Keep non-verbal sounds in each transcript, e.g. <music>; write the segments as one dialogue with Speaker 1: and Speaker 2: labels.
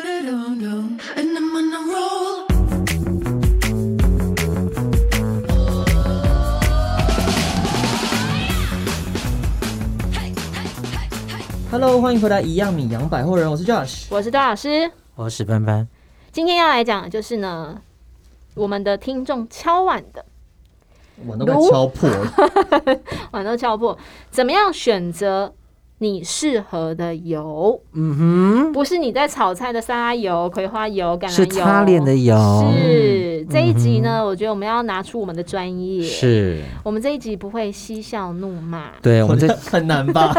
Speaker 1: And I'm on a roll.
Speaker 2: 哈喽，欢迎回来，一样米阳百货人，我是 Josh。
Speaker 3: 我是段老师，
Speaker 4: 我是班班，
Speaker 3: 今天要来讲的就是呢，我们的听众敲碗的
Speaker 2: 我都快敲破了，
Speaker 3: 碗都敲破，怎么样选择你适合的油？
Speaker 4: 嗯
Speaker 3: 不是你在炒菜的沙拉油、葵花油、橄
Speaker 4: 哼，
Speaker 3: 榄油，
Speaker 4: 是擦脸的油，嗯
Speaker 3: 是这一集呢，我觉得我们要拿出我们的专业，
Speaker 4: 是，
Speaker 3: 我们这一集不会嬉笑怒骂，
Speaker 4: 对，
Speaker 2: <laughs>
Speaker 4: 我们这，
Speaker 2: 很难
Speaker 4: <laughs>
Speaker 2: 吧？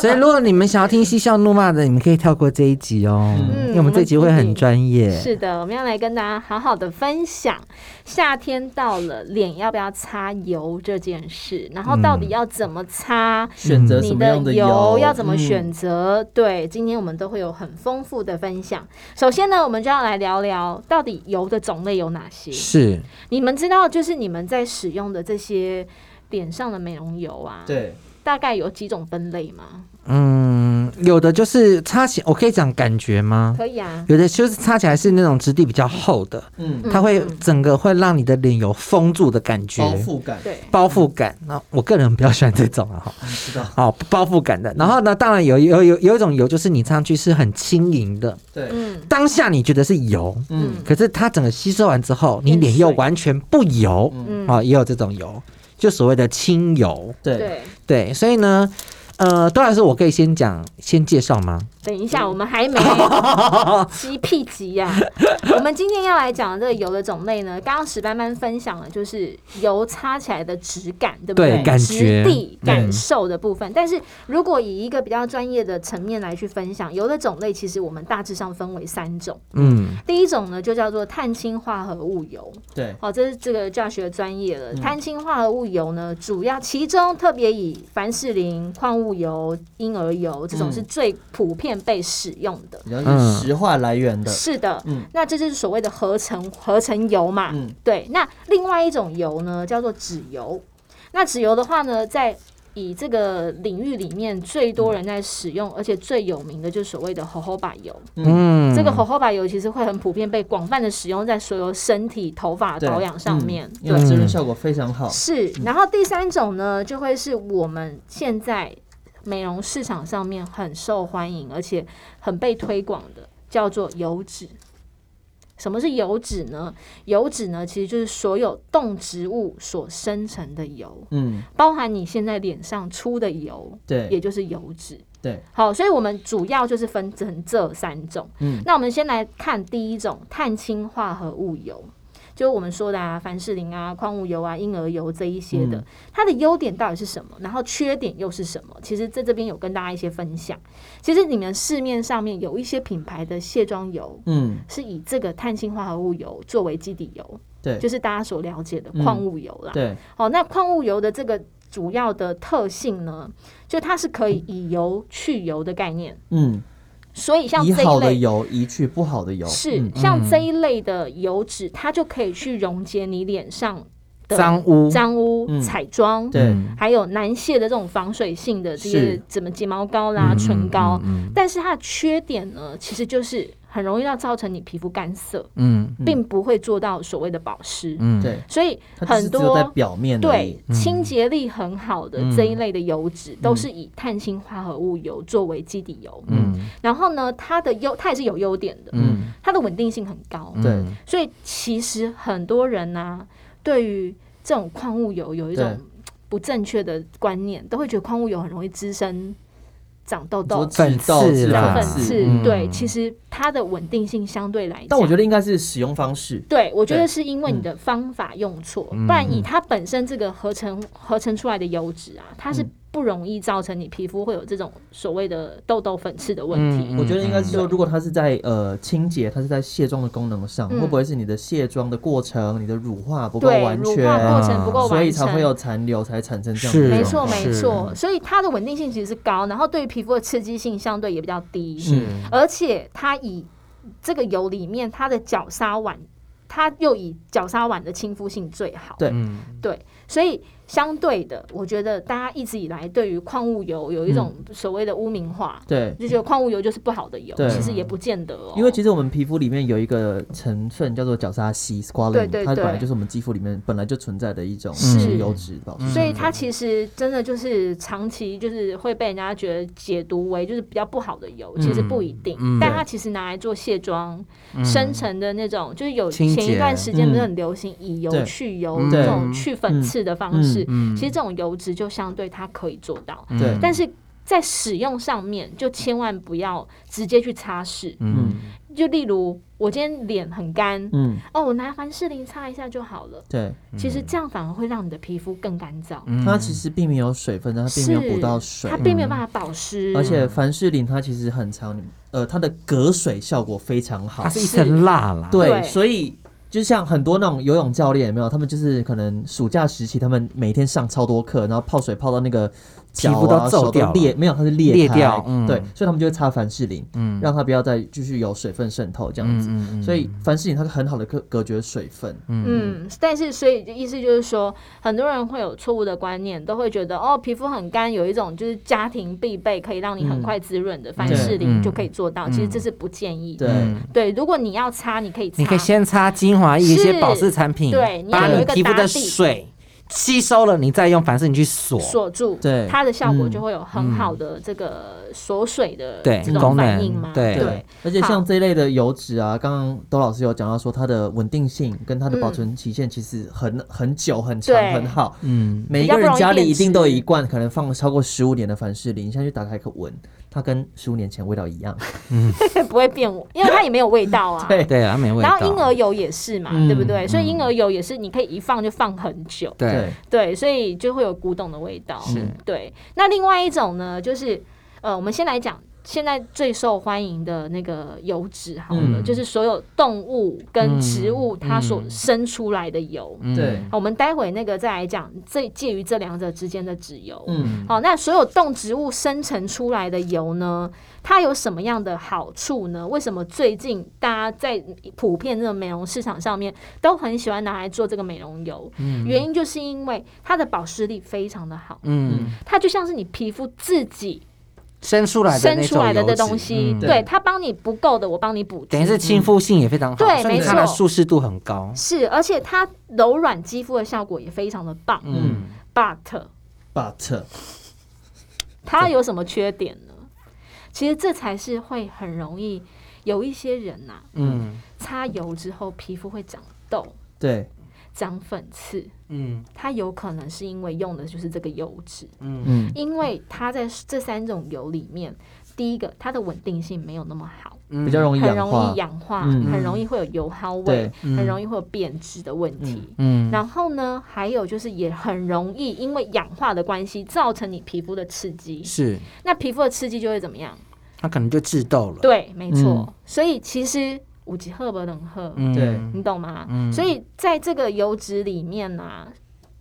Speaker 4: 所以如果你们想要听嬉笑怒骂的，你们可以跳过这一集哦，
Speaker 2: 嗯
Speaker 4: 因为我们这集会很专业，
Speaker 3: 是的，我们要来跟大家好好的分享夏天到了，脸要不要擦油这件事，然后
Speaker 4: 嗯
Speaker 3: 到底要怎么擦，
Speaker 2: 选择什
Speaker 3: 你
Speaker 2: 么样
Speaker 3: 的
Speaker 2: 油
Speaker 3: 油要怎么选
Speaker 2: 嗯
Speaker 3: 择？对，今天我们都会有很丰富的分享。首先呢，我们就要来聊聊到底油的种类有哪些。
Speaker 4: 是，
Speaker 3: 你们知道，就是你们在使用的这些脸上的美容油啊，
Speaker 2: 对，
Speaker 3: 大概有几种分类吗？
Speaker 4: 嗯，有的就是擦起，我可以讲感觉吗？
Speaker 3: 可以啊，
Speaker 4: 有的就是擦起来是那种质地比较厚的，
Speaker 2: 嗯，
Speaker 4: 它会整个会让你的脸有封住的感觉，
Speaker 2: 包覆感，
Speaker 3: 对，
Speaker 4: 包覆感。那我个人比较喜欢这种啊，哈
Speaker 2: 你知道？
Speaker 4: 好包覆感的。然后呢，当然有有有有一种油，就是你擦上去是很轻盈的，
Speaker 2: 对，
Speaker 3: 嗯
Speaker 4: 当下你觉得是油，
Speaker 2: 嗯，
Speaker 4: 可是它整个吸收完之后，你
Speaker 3: 变
Speaker 4: 脸又
Speaker 3: 水
Speaker 4: 完全不油啊、
Speaker 3: 嗯，
Speaker 4: 也有这种油，就所谓的清油。
Speaker 2: 对，
Speaker 3: 对。
Speaker 4: 对，所以呢，呃，当然是我可以先讲，先介绍吗？
Speaker 3: 等一
Speaker 4: 嗯
Speaker 3: 下，我们
Speaker 4: <laughs>
Speaker 3: 还没急屁急呀、我们今天要来讲的这个油的种类呢，刚刚史班班分享了，就是油擦起来的质感，对不
Speaker 4: 对感
Speaker 3: 质
Speaker 4: 觉
Speaker 3: 地
Speaker 4: 嗯
Speaker 3: 感受的部分。但是如果以一个比较专业的层面来去分享，油的种类其实我们大致上分为三种。
Speaker 4: 嗯，
Speaker 3: 第一种呢，就叫做碳氢化合物油。
Speaker 2: 对，
Speaker 3: 哦，这是这个教学专业了。
Speaker 2: 嗯
Speaker 3: 碳氢化合物油呢，主要其中特别以凡士林、矿物油、婴儿油这种
Speaker 2: 嗯
Speaker 3: 是最普遍被使用的。
Speaker 2: 比较是石化来源的，
Speaker 3: 是的，
Speaker 2: 嗯
Speaker 3: 那这就是所谓的合成合成油嘛。
Speaker 2: 嗯
Speaker 3: 对，那另外一种油呢，叫做脂油。那脂油的话呢，在以这个领域里面最多人在使用，
Speaker 2: 嗯
Speaker 3: 而且最有名的就是所谓的 jojoba 油。
Speaker 4: 嗯，
Speaker 3: 这个 jojoba 油其实会很普遍被广泛的使用在所有身体头发
Speaker 2: 对
Speaker 3: 保养上面。
Speaker 2: 嗯因为滋润效果非常好，
Speaker 3: 是，然后第三种呢，就会是我们现在美容市场上面很受欢迎，而且很被推广的，叫做油脂。什么是油脂呢？油脂呢，其实就是所有动植物所生成的油，
Speaker 2: 嗯，
Speaker 3: 包含你现在脸上出的油，也
Speaker 2: 对，
Speaker 3: 就是油脂。
Speaker 2: 对，
Speaker 3: 好，所以我们主要就是分成这三种。
Speaker 2: 嗯，
Speaker 3: 那我们先来看第一种碳氢化合物油，就是我们说的啊，凡士林啊、矿物油啊、婴儿油这一些的，
Speaker 2: 嗯
Speaker 3: 它的优点到底是什么？然后缺点又是什么？其实在这边有跟大家一些分享。其实你们市面上面有一些品牌的卸妆油。
Speaker 2: 嗯，
Speaker 3: 是以这个碳氢化合物油作为基底油，
Speaker 2: 对
Speaker 3: 就，是大家所了解的
Speaker 2: 嗯
Speaker 3: 矿物油啦。
Speaker 2: 对，
Speaker 3: 好，哦那矿物油的这个主要的特性呢，就它是可以以油去油的概念，
Speaker 2: 嗯，
Speaker 3: 所以像
Speaker 2: 以
Speaker 3: 这
Speaker 2: 好
Speaker 3: 一
Speaker 2: 的
Speaker 3: 类
Speaker 2: 油移去不好的油，
Speaker 3: 是
Speaker 2: 嗯
Speaker 3: 像这一类的油脂，它就可以去溶解你脸上的
Speaker 4: 脏污，
Speaker 3: 脏污
Speaker 2: 嗯、
Speaker 3: 彩妆，
Speaker 2: 对，
Speaker 3: 还有男卸的这种防水性的这些
Speaker 2: 是
Speaker 3: 怎么睫毛膏啦、唇膏。
Speaker 4: 嗯
Speaker 3: 但是它的缺点呢，其实就是很容易要造成你皮肤干涩，
Speaker 4: 嗯
Speaker 2: 嗯
Speaker 3: 并不会做到所谓的保湿。
Speaker 4: 嗯，嗯，
Speaker 2: 对，
Speaker 3: 所以
Speaker 2: 它就是
Speaker 3: 很
Speaker 2: 只有在
Speaker 3: 多
Speaker 2: 表面而已，
Speaker 3: 对清洁力很好的
Speaker 2: 嗯
Speaker 3: 这一类的油脂，都是以碳氢化合物油作为基底油。
Speaker 4: 嗯
Speaker 3: 然后呢，它的优它也是有优点的，
Speaker 4: 嗯，
Speaker 3: 它的稳定性很高。
Speaker 4: 嗯
Speaker 2: 对，
Speaker 3: 所以其实很多人呢、对于这种矿物油有一种
Speaker 2: 对
Speaker 3: 不正确的观念，都会觉得矿物油很容易滋生长痘
Speaker 2: 你、
Speaker 3: 痘
Speaker 2: 说
Speaker 4: 粉
Speaker 2: 指痘
Speaker 4: 刺
Speaker 2: 指
Speaker 4: 啦
Speaker 2: 甲
Speaker 3: 长粉
Speaker 4: 刺
Speaker 3: 刺。
Speaker 2: 嗯
Speaker 3: 对，其实它的稳定性相对来讲，
Speaker 2: 但我觉得应该是使用方式，
Speaker 3: 对，我觉
Speaker 2: 对嗯
Speaker 3: 得是因为你的方法用错，不然以它本身这个合成合成出来的油脂啊，它是
Speaker 2: 嗯
Speaker 3: 不容易造成你皮肤会有这种所谓的痘痘、粉刺的问题。
Speaker 4: 嗯
Speaker 2: 我觉得应该是说，如果它是在呃清洁，它是在卸妆的功能上，
Speaker 3: 嗯
Speaker 2: 会不会是你的卸妆的过程，你的乳化不够
Speaker 3: 对，
Speaker 2: 完
Speaker 3: 乳化
Speaker 2: 全，啊
Speaker 3: 过程不够完成，
Speaker 2: 所以才会有残留，才产生这样
Speaker 4: 是
Speaker 2: 的
Speaker 3: 没
Speaker 2: 状
Speaker 3: 错，
Speaker 2: 况。
Speaker 3: 没
Speaker 4: 是
Speaker 3: 错，所以它的稳定性其实是高，然后对于皮肤的刺激性相对也比较低，
Speaker 2: 是
Speaker 3: 而且它以这个油里面它的角鲨烷，它又以角鲨烷的亲肤性最好，
Speaker 2: 对
Speaker 4: 嗯
Speaker 3: 对，所以相对的，我觉得大家一直以来对于矿物油有一种所谓的污名化，
Speaker 2: 对，
Speaker 3: 就觉得矿物油就是不好的油，
Speaker 2: 嗯对
Speaker 3: 其实也不见得哦。
Speaker 2: 因为其实我们皮肤里面有一个成分叫做角鲨烯 （squalene），
Speaker 3: 对对
Speaker 2: 它本来
Speaker 3: 对
Speaker 2: 就是我们肌肤里面本来就存在的一种
Speaker 3: 是
Speaker 2: 油脂保持。
Speaker 5: 嗯
Speaker 3: 所以它其实真的就是长期就是会被人家觉得解读为就是比较不好的油，其实不一定，
Speaker 5: 嗯
Speaker 3: 但它其实拿来做卸妆、深层的那种，就是有
Speaker 4: 清洁
Speaker 3: 前一段时间不是很流行以油
Speaker 2: 对
Speaker 3: 去油
Speaker 5: 嗯
Speaker 3: 这种
Speaker 5: 对
Speaker 3: 去粉刺的方式，
Speaker 5: 嗯
Speaker 3: 其实这种油脂就相对它可以做到，
Speaker 5: 嗯
Speaker 2: 对
Speaker 3: 但是。在使用上面，就千万不要直接去擦拭。
Speaker 5: 嗯
Speaker 3: 就例如，我今天脸很干，
Speaker 2: 嗯，
Speaker 3: 哦，我拿凡士林擦一下就好了。
Speaker 2: 对，
Speaker 3: 其实这样反而会让你的皮肤更干燥。
Speaker 5: 嗯
Speaker 2: 它其实并没有水分，但它并没
Speaker 3: 是，
Speaker 2: 有补到水嗯
Speaker 3: 它。并没有办法保
Speaker 4: 嗯
Speaker 3: 湿，
Speaker 2: 而且凡士林它其实很常，呃，它的隔水效果非常好
Speaker 4: 它。是一层蜡啦。
Speaker 2: 对，
Speaker 3: 对
Speaker 2: 所以就像很多那种游泳教练，有没有？他们就是可能暑假时期，他们每天上超多课，然后泡水泡到那个
Speaker 4: 皮肤
Speaker 2: 脚啊
Speaker 4: 都皱
Speaker 2: 手
Speaker 4: 掉了
Speaker 2: 裂没有，它是裂
Speaker 4: 裂
Speaker 2: 开
Speaker 4: 掉嗯
Speaker 2: 对，所以他们就会擦凡士林，
Speaker 5: 嗯
Speaker 2: 让它不要再继续有水分渗透这样子。
Speaker 5: 嗯嗯
Speaker 2: 所以凡士林它是很好的隔隔绝水分，
Speaker 3: 嗯，但是所以意思就是说，很多人会有错误的观念，都会觉得哦，皮肤很干，有一种就是家庭必备可以让你
Speaker 2: 嗯
Speaker 3: 很快滋润的凡士林
Speaker 5: 嗯
Speaker 3: 就可以做到，其实这是不建议
Speaker 2: 对
Speaker 3: 的。，
Speaker 4: 嗯
Speaker 3: 对，如果你要擦，你可以擦，
Speaker 4: 你可以先擦精华液、一
Speaker 3: 是
Speaker 4: 些保湿产品，
Speaker 3: 对你要
Speaker 4: 把
Speaker 3: 有
Speaker 4: 你
Speaker 3: 一个
Speaker 4: 皮肤
Speaker 3: 打
Speaker 4: 的
Speaker 3: 底
Speaker 4: 水吸收了，你再用凡士林去锁。
Speaker 3: 锁住，
Speaker 2: 对
Speaker 3: 它的效果就会有很好的这个锁水的
Speaker 4: 对
Speaker 3: 这种
Speaker 4: 功能
Speaker 3: 反应嘛。
Speaker 4: 对
Speaker 3: 对，
Speaker 2: 哎而且
Speaker 3: 好
Speaker 2: 像这一类的油脂啊，刚刚窦老师有讲到说它的稳定性跟它的保
Speaker 3: 嗯
Speaker 2: 存期限其实很、很久、很长
Speaker 3: 对、
Speaker 2: 很好。
Speaker 5: 嗯
Speaker 2: 每一个人家里一定都有一罐可能放了超过十五年的凡士林，你现在去打开可闻，它跟十五年前味道一样。
Speaker 3: 不会变，因为它也没有味道啊。
Speaker 2: 对
Speaker 4: 对啊，它没味
Speaker 3: 然
Speaker 4: 道。
Speaker 3: 后婴儿油也是嘛，
Speaker 2: 嗯
Speaker 3: 对不对？所以婴儿油也是，你可以一放就放很久，
Speaker 4: 对，
Speaker 3: 对，所以就会有古董的味道。
Speaker 4: 嗯是
Speaker 3: 对。那另外一种呢，就是呃，我们先来讲现在最受欢迎的那个油脂好了，
Speaker 2: 嗯
Speaker 3: 就是所有动物跟
Speaker 5: 嗯
Speaker 3: 植物它所
Speaker 5: 嗯
Speaker 3: 生出来的油。
Speaker 5: 嗯
Speaker 2: 对
Speaker 3: 好我们待会那个再来讲，这介于这两者之间的脂油。
Speaker 2: 嗯，
Speaker 3: 好，那所有动植物生成出来的油呢，它有什么样的好处呢？为什么最近大家在普遍这个美容市场上面都很喜欢拿来做这个美容油？
Speaker 4: 嗯
Speaker 3: 原因就是因为它的保湿力非常的好，
Speaker 5: 嗯
Speaker 3: 它就像是你皮肤自己
Speaker 4: 生出来的
Speaker 3: 生
Speaker 4: 那
Speaker 3: 出来
Speaker 4: 种
Speaker 3: 的
Speaker 4: 油
Speaker 3: 的
Speaker 4: 脂
Speaker 3: 东西，
Speaker 5: 嗯
Speaker 3: 对
Speaker 2: 对
Speaker 3: 它帮你不够的，我帮你补足
Speaker 4: 等。于是亲肤性也非常好，
Speaker 3: 对
Speaker 4: 所以
Speaker 3: 没
Speaker 4: 它的
Speaker 3: 错
Speaker 4: 舒适度很高。
Speaker 3: 是，而且它柔软肌肤的效果也非常的棒。
Speaker 5: 嗯
Speaker 3: But
Speaker 2: ，but
Speaker 3: 它有什么缺点呢？其实这才是会很容易有一些人呐、
Speaker 4: 嗯
Speaker 3: 擦油之后皮肤会长痘、
Speaker 2: 对，
Speaker 3: 长粉刺，
Speaker 4: 嗯
Speaker 3: 它有可能是因为用的就是这个油脂，
Speaker 4: 嗯
Speaker 2: 嗯
Speaker 3: 因为它在这三种油里面，第一个它的稳定性没有那么好，
Speaker 4: 嗯
Speaker 2: 比较容易
Speaker 3: 很
Speaker 2: 哦氧
Speaker 3: 容
Speaker 2: 化
Speaker 3: 易。氧化，
Speaker 2: 嗯
Speaker 3: 很容易会有油耗味
Speaker 2: 对，嗯
Speaker 3: 很容易会有变质的问题。
Speaker 5: 嗯
Speaker 3: 然后呢，还有就是也很容易因为氧化的关系，造成你皮肤的刺激。
Speaker 4: 是，
Speaker 3: 那皮肤的刺激就会怎么样？
Speaker 4: 它可能就致痘了。
Speaker 3: 对，没错。
Speaker 2: 嗯
Speaker 3: 所以其实五级赫不能喝，
Speaker 5: 嗯
Speaker 2: 对
Speaker 3: 你懂吗？
Speaker 5: 嗯
Speaker 3: 所以在这个油脂里面呢、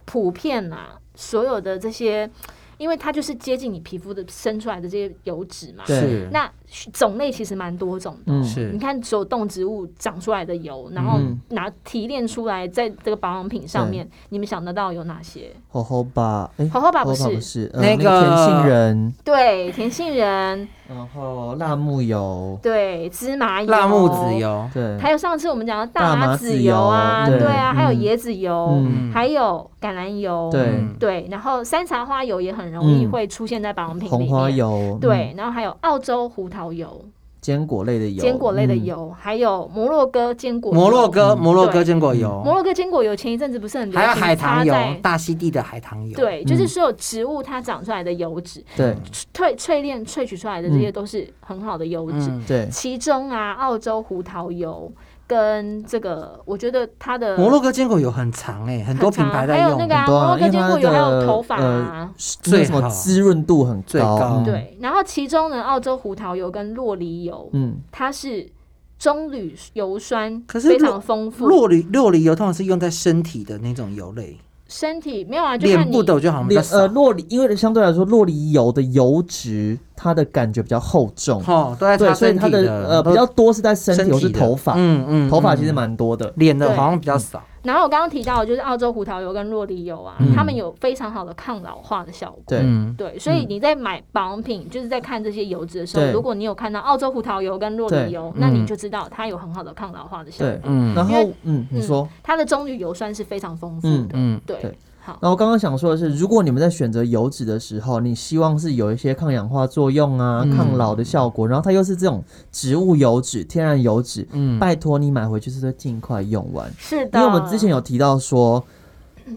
Speaker 3: 普遍呐、所有的这些，因为它就是接近你皮肤的生出来的这些油脂嘛。
Speaker 2: 对
Speaker 4: 是，
Speaker 3: 那种类其实蛮多种的。
Speaker 2: 嗯，
Speaker 4: 是
Speaker 3: 你看，所有动植物长出来的油，然后
Speaker 2: 嗯
Speaker 3: 拿提炼出来，在这个保养品上面，你们想得到有哪些？
Speaker 2: 荷荷巴，哎，
Speaker 3: 荷荷巴不是
Speaker 2: 荷荷是，呃
Speaker 4: 那
Speaker 2: 那
Speaker 4: 个
Speaker 2: 甜杏仁，
Speaker 3: 对，甜杏仁，
Speaker 2: 然后辣木油，
Speaker 3: 对，芝麻油，
Speaker 4: 辣木籽油，
Speaker 2: 对，
Speaker 3: 还有上次我们讲的大
Speaker 2: 嗯大
Speaker 3: 麻
Speaker 2: 麻
Speaker 3: 籽
Speaker 2: 籽
Speaker 3: 油
Speaker 2: 油
Speaker 3: 啊，
Speaker 2: 对
Speaker 3: 对啊，
Speaker 2: 嗯
Speaker 3: 还有椰子油，
Speaker 2: 嗯
Speaker 3: 还有橄榄油，
Speaker 2: 对
Speaker 5: 嗯
Speaker 3: 对然后山茶花油也很容易
Speaker 2: 嗯
Speaker 3: 会出现在保养品里
Speaker 2: 红
Speaker 3: 面，
Speaker 2: 花油，
Speaker 3: 对
Speaker 2: 嗯，，
Speaker 3: 然后还有澳洲胡桃油、
Speaker 2: 坚果类的油，
Speaker 3: 坚果类的
Speaker 2: 嗯，
Speaker 3: 油，还有摩洛哥坚果油，
Speaker 4: 摩洛哥摩洛哥
Speaker 3: 对
Speaker 4: 坚果
Speaker 3: 摩
Speaker 4: 油，
Speaker 3: 洛哥坚果油前一阵子不是很流
Speaker 4: 还有
Speaker 3: 行
Speaker 4: 海
Speaker 3: 擦
Speaker 4: 棠油，
Speaker 3: 在
Speaker 4: 大溪地的海棠油。，
Speaker 3: 对，就是
Speaker 2: 嗯
Speaker 3: 所有植物它长出来的油脂，
Speaker 2: 对
Speaker 4: 嗯
Speaker 3: 淬淬炼萃取出来的这些都是很好的油脂，
Speaker 4: 嗯，
Speaker 2: 对，
Speaker 3: 其中啊，澳洲胡桃油跟这个，我觉得它的
Speaker 4: 摩洛哥坚果油很长哎，很多
Speaker 3: 很
Speaker 4: 品
Speaker 3: 长
Speaker 4: 牌
Speaker 3: 还
Speaker 4: 在
Speaker 3: 有那
Speaker 4: 用
Speaker 3: 个。啊
Speaker 2: 很多
Speaker 3: 摩洛
Speaker 2: 啊，
Speaker 3: 哥
Speaker 2: 因为
Speaker 3: 坚
Speaker 2: 它
Speaker 3: 果油还有
Speaker 2: 的
Speaker 3: 头发啊
Speaker 2: 呃，那个什
Speaker 4: 最好
Speaker 2: 么滋润度很
Speaker 4: 最高
Speaker 2: 高，嗯，
Speaker 3: 对，然后其中呢，澳洲胡桃油跟洛梨油，
Speaker 2: 嗯，
Speaker 3: 它是棕榈油酸
Speaker 4: 可是
Speaker 3: 非
Speaker 4: 洛
Speaker 3: 常丰富，
Speaker 4: 洛梨洛梨油通常是用在身体的那种油类，
Speaker 3: 身体没有啊，就
Speaker 4: 脸
Speaker 3: 看你
Speaker 4: 部的我觉得好像比较
Speaker 2: 脸
Speaker 4: 少
Speaker 2: 呃，洛梨，因为相对来说，洛梨油的油脂它的感觉比较厚重，
Speaker 4: 哦，都在擦
Speaker 2: 对，所以
Speaker 4: 身
Speaker 2: 它
Speaker 4: 体
Speaker 2: 的呃
Speaker 4: 都
Speaker 2: 比较多是在身
Speaker 4: 身
Speaker 2: 体或是
Speaker 4: 的
Speaker 2: 头发，
Speaker 4: 嗯嗯，
Speaker 2: 头发
Speaker 4: 嗯
Speaker 2: 其实蛮多的，
Speaker 4: 脸的
Speaker 3: 对
Speaker 4: 好像比较少，
Speaker 3: 然后我刚刚提到的就是澳洲胡桃油跟洛梨油啊，
Speaker 4: 嗯
Speaker 3: 它们有非常好的抗老化的效果。
Speaker 2: 对
Speaker 4: 嗯
Speaker 3: 对，所以你在买保养品，就是在看这些油脂的时候，
Speaker 2: 对
Speaker 3: 如果你有看到澳洲胡桃油跟洛梨油，
Speaker 4: 对
Speaker 3: 那
Speaker 4: 嗯
Speaker 3: 你就知道它有很好的抗老化的效果
Speaker 2: 对。
Speaker 4: 嗯
Speaker 2: 然
Speaker 3: 因为
Speaker 2: 后嗯，你
Speaker 3: 嗯
Speaker 2: 说，
Speaker 3: 它的棕榈油酸是非常丰富
Speaker 2: 嗯
Speaker 3: 的。
Speaker 4: 嗯
Speaker 3: 对
Speaker 2: 对，
Speaker 3: 好，
Speaker 2: 那我刚刚想说的是，如果你们在选择油脂的时候，你希望是有一些抗氧化作用啊、
Speaker 4: 嗯
Speaker 2: 抗老的效果，然后它又是这种植物油脂、天然油脂，
Speaker 4: 嗯，
Speaker 2: 拜托你买回去是会尽快用完，
Speaker 3: 是
Speaker 2: 因
Speaker 3: 的。
Speaker 2: 为我们之前有提到说。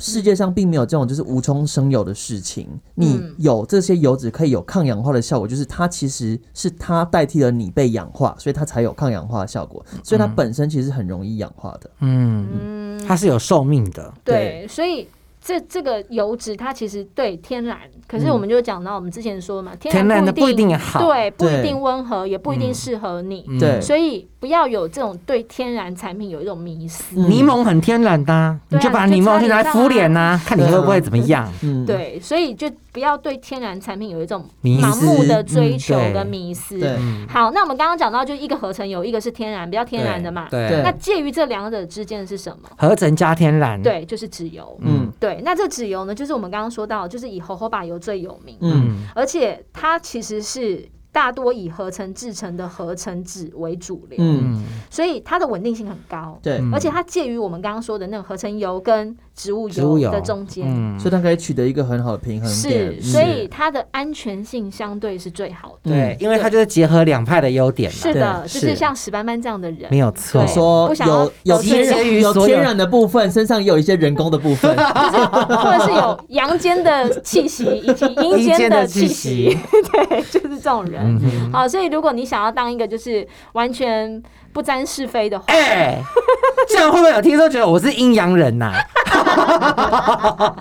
Speaker 2: 世界上并没有这种就是无中生有的事情，你
Speaker 3: 嗯
Speaker 2: 有这些油脂可以有抗氧化的效果，就是它其实是它代替了你被氧化，所以它才有抗氧化的效果，所以它本身其实很容易氧化的。
Speaker 4: 嗯，
Speaker 3: 嗯，
Speaker 4: 它是有寿命的，
Speaker 3: 对，所以这这个油脂它其实对天然，可是我们就讲到我们之前说嘛，
Speaker 4: 嗯天然的
Speaker 3: 不
Speaker 4: 不一
Speaker 3: 一定
Speaker 4: 定好，
Speaker 3: 对，不一
Speaker 2: 对
Speaker 3: 定温和，也不一定
Speaker 4: 嗯
Speaker 3: 适合你。
Speaker 4: 嗯
Speaker 2: 对
Speaker 3: 所以不要有这种对天然产品有一种迷思。
Speaker 2: 嗯
Speaker 4: 柠檬很天然的啊，
Speaker 3: 对
Speaker 4: 你
Speaker 3: 啊
Speaker 4: 就把
Speaker 3: 你就
Speaker 4: 柠檬
Speaker 3: 擦
Speaker 4: 去拿来
Speaker 3: 脸
Speaker 4: 敷
Speaker 3: 上啊
Speaker 4: 脸呐，看你
Speaker 2: 对啊
Speaker 4: 会不会怎么样。
Speaker 2: 嗯，，
Speaker 3: 对，所以就不要对天然产品有一种
Speaker 4: 迷
Speaker 3: 盲目
Speaker 4: 思
Speaker 3: 的
Speaker 4: 嗯
Speaker 3: 追求
Speaker 4: 对
Speaker 3: 跟迷思。
Speaker 2: 对
Speaker 4: 嗯，
Speaker 3: 好，那我们刚刚讲到，就一个合成油，一个是天然，比较 <laughs> 天然的嘛。
Speaker 2: 对
Speaker 3: 那介于这两者之间是什么？
Speaker 4: 合成加天然，，
Speaker 3: 对，就是脂油。
Speaker 2: 嗯
Speaker 3: 对，那这脂油呢，就是我们刚刚说到，就是以猴猴把油最有名，
Speaker 2: 嗯，
Speaker 4: 嗯
Speaker 3: 而且它其实是大多以合成制成的合成脂为主流，
Speaker 2: 嗯
Speaker 4: 嗯，
Speaker 3: 所以它的稳定性很高。
Speaker 2: 对，
Speaker 4: 嗯
Speaker 3: 而且它介于我们刚刚说的那个合成油跟植物
Speaker 4: 植物
Speaker 3: 油
Speaker 4: 油
Speaker 3: 的中间，
Speaker 4: 嗯
Speaker 2: 所以它可以取得一个很好的平衡
Speaker 3: 是，
Speaker 2: 点。嗯
Speaker 3: 所以它的安全性相对是最好的。
Speaker 4: 对
Speaker 2: 嗯，
Speaker 4: 因为它就是结合两派的优点嘛
Speaker 3: 是，的，
Speaker 2: 对
Speaker 3: 就是
Speaker 2: 是
Speaker 3: 像史班班这样的人
Speaker 4: 没，有错
Speaker 2: 我。说
Speaker 3: 不想要
Speaker 2: 有有
Speaker 3: 得罪
Speaker 2: 天然
Speaker 4: 人
Speaker 2: 有天然的部分，身上也有一些人工的部
Speaker 3: <laughs>
Speaker 2: 分。
Speaker 3: <laughs> 或者是有阳间的气息以及阴间的气
Speaker 4: 阴
Speaker 3: 息， <laughs> 对，就是这种人。
Speaker 4: 嗯，
Speaker 3: 好，所以如果你想要当一个就是完全不沾是非的话，
Speaker 4: 哎，这样会不会有听众觉得我是阴阳人呐？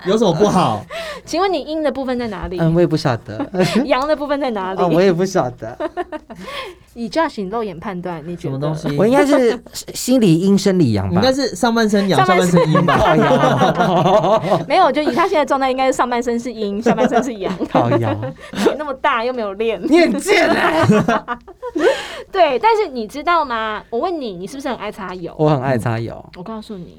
Speaker 2: 有什么不好？
Speaker 3: 请问你阴的部分在哪里？
Speaker 4: 嗯，我也不晓得，
Speaker 3: <laughs> 阳的部分在哪
Speaker 4: 哦，我
Speaker 3: 里？
Speaker 4: 也不晓得，
Speaker 3: 以 Josh 你肉眼判断，你觉
Speaker 2: 什
Speaker 3: 得
Speaker 2: 么东西？
Speaker 4: <laughs> 我应该是心理阴生理阳
Speaker 2: 你
Speaker 4: 吧
Speaker 2: 应该。是上半身阳，
Speaker 3: 上
Speaker 2: 下
Speaker 3: 半
Speaker 2: 半
Speaker 3: 身
Speaker 2: 身
Speaker 3: <laughs>
Speaker 2: 阴吧？
Speaker 3: <laughs> 没有？就以他现在状态，应该是上半身是阴，下半身是阳。
Speaker 4: 靠阳，
Speaker 3: <laughs> 你那么大又没有练，
Speaker 4: 你很贱啊！
Speaker 3: <laughs> 对。但是你知道吗？我问你，你是不是很爱擦油？
Speaker 4: <laughs> 我很爱擦油，
Speaker 3: 我告诉你，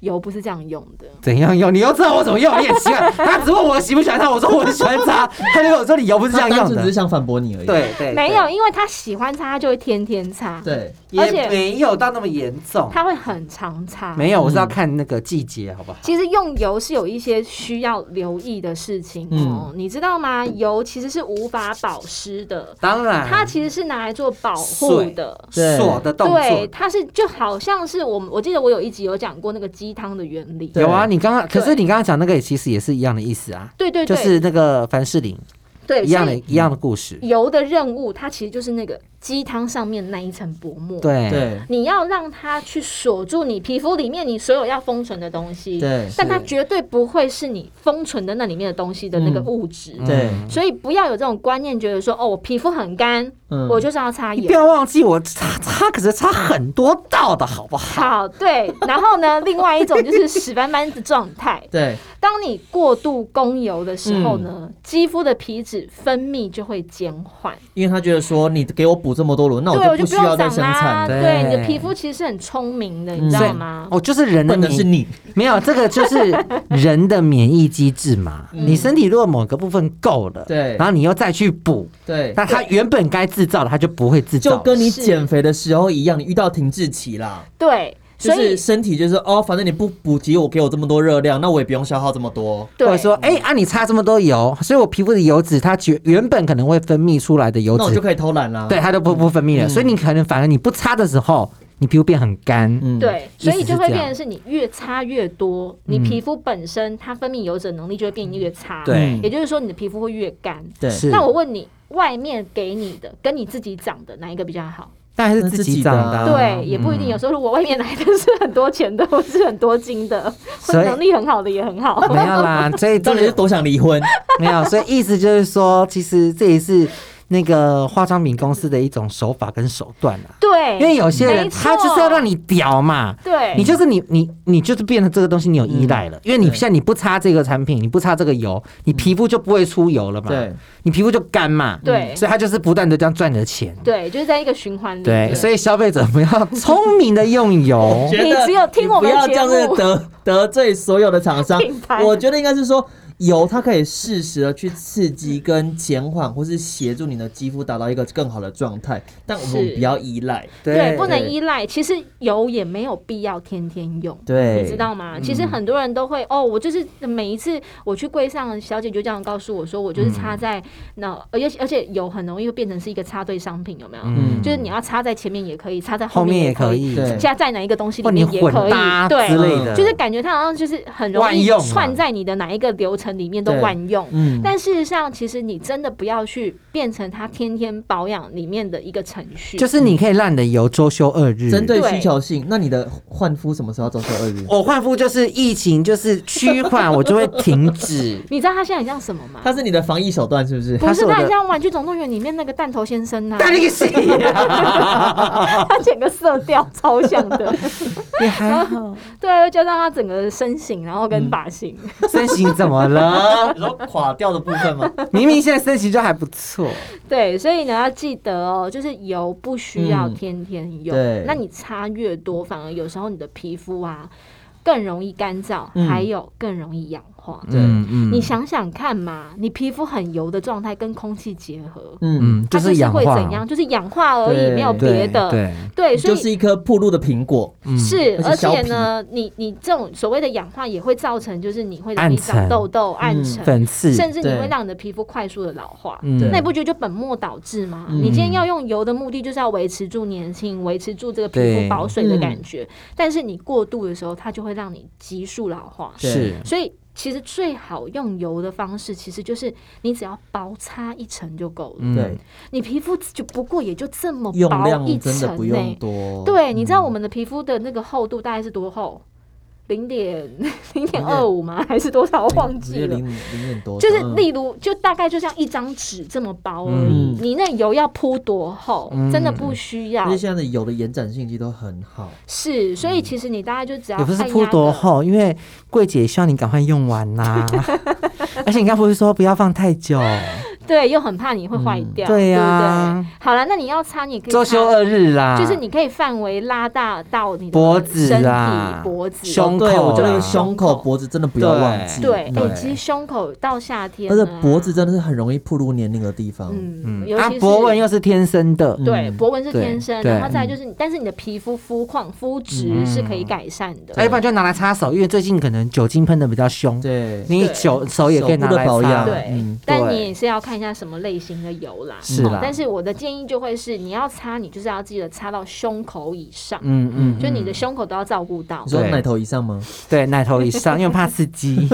Speaker 3: 油不是这样用的。
Speaker 4: 怎样用？你又知道我怎
Speaker 2: <laughs>
Speaker 4: 么用，你也奇怪。他只问我喜不喜欢擦，我说我喜欢擦，他就跟我说你油不是这
Speaker 2: 他单
Speaker 4: 样用
Speaker 2: 纯只
Speaker 4: 的
Speaker 2: 是。想反驳你而已。
Speaker 4: 对对，
Speaker 3: 没有，因为他喜欢擦，他就会天天擦，
Speaker 2: 对，
Speaker 3: 而
Speaker 4: 也
Speaker 3: 且
Speaker 4: 没有到那么严重。
Speaker 3: 他会很常擦。
Speaker 4: 没有，我是
Speaker 2: 嗯
Speaker 4: 要看那个季节，好不好？
Speaker 3: 其实用油是有一些需要留意的事情哦，你知道吗？油其实是无法保湿的，
Speaker 4: 当然，
Speaker 3: 它其实是拿来做保护的。
Speaker 2: 对
Speaker 4: 锁的动
Speaker 3: 对，
Speaker 4: 作。
Speaker 3: 它是就好像是我们，我记得我有一集有讲过那个鸡汤的原理。
Speaker 2: 对
Speaker 4: 有啊，你刚刚可是你刚刚讲那个也其实也是一样的意思啊，
Speaker 3: 对对
Speaker 4: 就
Speaker 3: 对，
Speaker 4: 是那个凡士林
Speaker 3: 对
Speaker 4: 一样的
Speaker 3: 所以
Speaker 4: 一样的故事。
Speaker 3: 油的任务，它其实就是那个鸡汤上面那一层薄膜。
Speaker 4: 对，
Speaker 2: 对，
Speaker 3: 你要让它去锁住你皮肤里面你所有要封存的东西，
Speaker 2: 对
Speaker 3: 但它
Speaker 4: 是
Speaker 3: 绝对不会是你封存的那里面的东西的那个物质。
Speaker 4: 嗯
Speaker 2: 对
Speaker 3: 所以不要有这种观念，觉得说哦，我皮肤很干，
Speaker 2: 嗯
Speaker 3: 我就是要擦
Speaker 4: 你不
Speaker 3: 油。
Speaker 4: 要忘记我擦擦可是擦很多道的好不好？
Speaker 3: 好，对。然后呢，另外一种就是屎斑斑的状态。
Speaker 2: 对，
Speaker 3: 当你过度供油的时候呢，肌肤的皮脂分泌就会减缓，
Speaker 2: 因为他觉得说你给我补这么多轮，那
Speaker 3: 对我
Speaker 2: 就
Speaker 3: 就
Speaker 2: 不
Speaker 3: 不
Speaker 2: 需要
Speaker 3: 用
Speaker 2: 再
Speaker 3: 长
Speaker 2: 生
Speaker 3: 啦。
Speaker 2: 产了。
Speaker 4: 对
Speaker 3: 对，你的皮肤其实是很聪明的，你知
Speaker 4: 所以
Speaker 3: 道吗？
Speaker 4: 哦，就是人的
Speaker 2: 笨的是
Speaker 4: 免
Speaker 2: 你，
Speaker 4: 没有这个就是人的免疫机
Speaker 2: <laughs>
Speaker 4: 制嘛。你身体如果某个部分够了，
Speaker 2: 嗯对
Speaker 4: 然后你又再去补，
Speaker 2: 对，
Speaker 4: 那它原本该制造的它就不会制造
Speaker 2: 就
Speaker 4: 了，
Speaker 2: 跟你
Speaker 3: 是
Speaker 2: 减肥的时候一样，你遇到停滞期啦，
Speaker 3: 对，
Speaker 2: 就
Speaker 3: 所
Speaker 2: 是
Speaker 3: 以
Speaker 2: 身体就是哦，反正你不补给我，给我这么多热量，那我也不用消耗这么多。
Speaker 4: 或
Speaker 3: 对
Speaker 4: 者说，哎、啊，你擦这么多油，所以我皮肤的油脂，它原原本可能会分泌出来的油
Speaker 2: 那我
Speaker 4: 脂
Speaker 2: 就，可以啊嗯偷懒啦。
Speaker 4: 对，它都不不分泌了，所以你可能反而你不擦的时候，你皮肤变很干，
Speaker 2: 嗯，
Speaker 3: 对，
Speaker 4: 意思
Speaker 3: 所以就是会
Speaker 4: 这
Speaker 3: 变成
Speaker 4: 样
Speaker 3: 是你越擦越多，你皮肤本身它分泌油脂的能力就会变越差，
Speaker 4: 对
Speaker 3: 也就是说你的皮肤会越干。
Speaker 2: 对，
Speaker 4: 是
Speaker 3: 那我问你，外面给你的跟你自己长的哪一个比较好？
Speaker 4: 但还是
Speaker 2: 那
Speaker 4: 自
Speaker 2: 自
Speaker 4: 己
Speaker 2: 己的
Speaker 4: 长
Speaker 2: 啊
Speaker 4: 的啊、
Speaker 3: 对，也不一定。有时候如果外面来的是很多钱的， <laughs> 或是很多金的，或
Speaker 4: 所以
Speaker 3: 能力很好的也很好。
Speaker 4: 没有啦，所以
Speaker 2: <laughs> 到
Speaker 4: 这
Speaker 2: 底是
Speaker 4: 个 <laughs>
Speaker 2: 多想离婚？
Speaker 4: 没有，所以意思就是说，其实这也是那个化妆品公司的一种手法跟手段啊。
Speaker 3: <laughs> 对，
Speaker 4: 因为有些人
Speaker 3: 没错
Speaker 4: 他就是要让你屌嘛，
Speaker 3: 对，
Speaker 4: 你就是你你你就是变成这个东西你有依赖了，因为你
Speaker 2: 对
Speaker 4: 现在你不擦这个产品，你不擦这个油，你皮肤就不会出油了嘛，
Speaker 2: 对，
Speaker 4: 你皮肤就干嘛，
Speaker 3: 对
Speaker 4: 所以他就是不断的这样赚你的钱，
Speaker 3: 对，就是在一个循环里。
Speaker 4: 对，所以消费者不要聪明的用油，
Speaker 2: 觉得
Speaker 3: 你只有听我们
Speaker 2: 你不要
Speaker 3: 节
Speaker 2: 这样子
Speaker 3: 目
Speaker 2: 得得罪所有的厂商
Speaker 3: <laughs> 品牌。
Speaker 2: 我觉得应该是说，油它可以适时的去刺激跟减缓，或是协助你的肌肤达到一个更好的状态，但我们
Speaker 3: 是
Speaker 2: 不要依赖。
Speaker 3: <laughs> 对，不能
Speaker 2: 对
Speaker 3: 依赖。其实油也没有必要天天用，
Speaker 2: 对
Speaker 3: 你知道
Speaker 4: 嗯
Speaker 3: 吗？其实很多人都会哦，我就是每一次我去柜上，小姐就这样告诉我说，我就是
Speaker 4: 嗯
Speaker 3: 插在那，而且而且油很容易会变成是一个插队商品，有没有？
Speaker 4: 嗯，
Speaker 3: 就是你要插在前面也可以，插在
Speaker 4: 后面
Speaker 3: 面
Speaker 4: 也可
Speaker 3: 可以，
Speaker 4: 以，
Speaker 2: 对
Speaker 3: 加在哪一个东西里
Speaker 4: 或你
Speaker 3: 面也
Speaker 4: 混
Speaker 3: 可以
Speaker 4: 搭，之
Speaker 3: 对。
Speaker 4: 类的，
Speaker 3: 就是感觉它好像就是很容
Speaker 4: 嗯万
Speaker 3: 易
Speaker 4: 用啊
Speaker 3: 串在你的哪一个流程里面都
Speaker 2: 对
Speaker 3: 万用，
Speaker 2: 嗯，
Speaker 3: 但事实上，其实你真的不要去变成它天天保养里面的一个程序，
Speaker 4: 就是你可以让你的油周休二日，
Speaker 2: 针对
Speaker 3: 对
Speaker 2: 需求性，那你的换肤什么时候要周休二日？
Speaker 4: 我换肤就是疫情就是趋缓，我就会停 <laughs> 止。
Speaker 3: 你知道他现在很像什么吗？
Speaker 2: 它是你的防疫手段是不 <laughs> 是？
Speaker 3: 不
Speaker 4: 他是
Speaker 3: 是，
Speaker 4: 我
Speaker 3: 他
Speaker 4: 的
Speaker 3: 很像《玩具总动员》里面那个弹头先生
Speaker 4: <laughs>
Speaker 3: 呐、
Speaker 4: 但那个戏
Speaker 3: 他整个色调超像
Speaker 4: <laughs>
Speaker 3: 的，
Speaker 4: 也 <laughs> 还好，
Speaker 3: 对啊，又加上他整个身形，然后
Speaker 4: 嗯
Speaker 3: 跟发型，
Speaker 4: 身形怎么了？
Speaker 2: 你说垮掉的部分吗？
Speaker 4: 明明现在身形就还不错，
Speaker 3: 对，所以你要记得哦，就是油不需要
Speaker 2: 嗯
Speaker 3: 天天用，
Speaker 2: 对
Speaker 3: 那你擦越多，反而有时候你的皮肤啊更容易干燥，
Speaker 2: 嗯
Speaker 3: 还有更容易氧化。
Speaker 2: 对
Speaker 4: 嗯
Speaker 3: 你想想看嘛，你皮肤很油的状态跟空气结合，
Speaker 2: <laughs> 嗯，
Speaker 4: 嗯，
Speaker 3: 它
Speaker 4: 是氧
Speaker 3: 会
Speaker 4: 化，
Speaker 3: 怎样？就是氧化而已，
Speaker 2: 对
Speaker 3: 没有别
Speaker 4: 对
Speaker 3: 的。
Speaker 4: 对，
Speaker 3: 对，所
Speaker 2: 就
Speaker 3: 以
Speaker 2: 是一颗铺路的苹果。
Speaker 4: 嗯
Speaker 3: 是，
Speaker 2: 而
Speaker 3: 而
Speaker 2: 且
Speaker 3: 且呢，你你这种所谓的氧化也会造成，就是你会容易
Speaker 4: 暗沉
Speaker 3: 长痘痘、暗沉，
Speaker 4: 粉刺，
Speaker 3: 甚至你
Speaker 2: 对
Speaker 3: 会让你的皮肤快速的老化。
Speaker 4: 嗯
Speaker 2: 对
Speaker 3: 那你不觉得就本末倒置吗？
Speaker 2: 嗯
Speaker 3: 你今天要用油的目的就是要维持住年轻，维持住这个皮
Speaker 4: 对
Speaker 3: 肤保水的
Speaker 2: 嗯
Speaker 3: 感觉，但是你过度的时候，它就会让你急速老化。
Speaker 4: 是
Speaker 3: 所以其实最好用油的方式，其实就是你只要薄擦一层就够了。
Speaker 4: 嗯
Speaker 2: 对，
Speaker 3: 你皮肤就不过也就这么
Speaker 2: 用
Speaker 3: 薄一
Speaker 2: 量
Speaker 3: 层
Speaker 2: 真的不
Speaker 3: 呢
Speaker 2: 用多。嗯
Speaker 3: 对，你知道我们的皮肤的那个厚度大概是多厚？零点 <laughs> 零点二五吗？还是多少？我忘记了
Speaker 2: 零。零点多，
Speaker 3: 就是
Speaker 2: 嗯
Speaker 3: 例如，就大概就像一张纸这么薄而已
Speaker 2: 嗯。
Speaker 3: 你那油要铺多厚？真的
Speaker 4: 嗯
Speaker 3: 不需要
Speaker 2: 而且。现在的油的延展性其实都很好，
Speaker 3: 是，所以其实你大概就只要
Speaker 4: 也不是
Speaker 3: 按
Speaker 4: 铺
Speaker 3: 压
Speaker 4: 多
Speaker 3: 个，
Speaker 4: 厚，因为柜姐希望你赶快用完
Speaker 3: <laughs>
Speaker 4: 呐、而且你刚不是说不要放太久？
Speaker 3: 对，又很怕你会坏掉，
Speaker 4: 嗯对
Speaker 3: 对不啊
Speaker 4: 呀
Speaker 3: 对？好了，那你要擦，你可以
Speaker 4: 周休
Speaker 3: 擦，
Speaker 4: 二日啦，
Speaker 3: 就是你可以范围拉大到你的
Speaker 4: 脖子
Speaker 3: 身
Speaker 4: 啊
Speaker 3: 体、脖子、
Speaker 4: 胸口
Speaker 2: 对我觉
Speaker 4: 啦
Speaker 2: 得胸口、脖子真的不要忘记。
Speaker 3: 对，哎，
Speaker 4: 对
Speaker 3: 其实胸口到夏天
Speaker 2: 而且
Speaker 3: 啊，
Speaker 2: 脖子真的是很容易暴露年龄的地方。
Speaker 3: 嗯，
Speaker 4: 嗯，
Speaker 3: 尤
Speaker 4: 啊
Speaker 3: 其，是
Speaker 4: 博文又是天生的，
Speaker 3: 对，
Speaker 2: 嗯
Speaker 3: 博纹是
Speaker 4: 对
Speaker 3: 天生，
Speaker 4: 对嗯
Speaker 3: 然后再来就是你，但是你的皮肤肤况、肤质是可以改善的。
Speaker 4: 哎要不然就拿来擦手，因为最近可能酒精喷的比较凶，
Speaker 2: 对，
Speaker 4: 你
Speaker 3: 对
Speaker 4: 手手也可以拿来
Speaker 2: 手部的保
Speaker 4: 擦，
Speaker 2: 养
Speaker 3: 对，
Speaker 2: 嗯
Speaker 3: 但
Speaker 4: 啊对
Speaker 3: 你也是要看一下什么类型的油啦。
Speaker 4: 是
Speaker 3: 哦
Speaker 4: 啦
Speaker 3: 但是我的建议就会是，你要擦，你就是要记得擦到胸口以上，
Speaker 4: 嗯嗯，
Speaker 3: 就你
Speaker 4: 嗯
Speaker 3: 的胸口都要照顾到
Speaker 2: 你。说
Speaker 4: 对
Speaker 2: 奶头以上吗？
Speaker 4: 对奶头以上，因为怕刺激，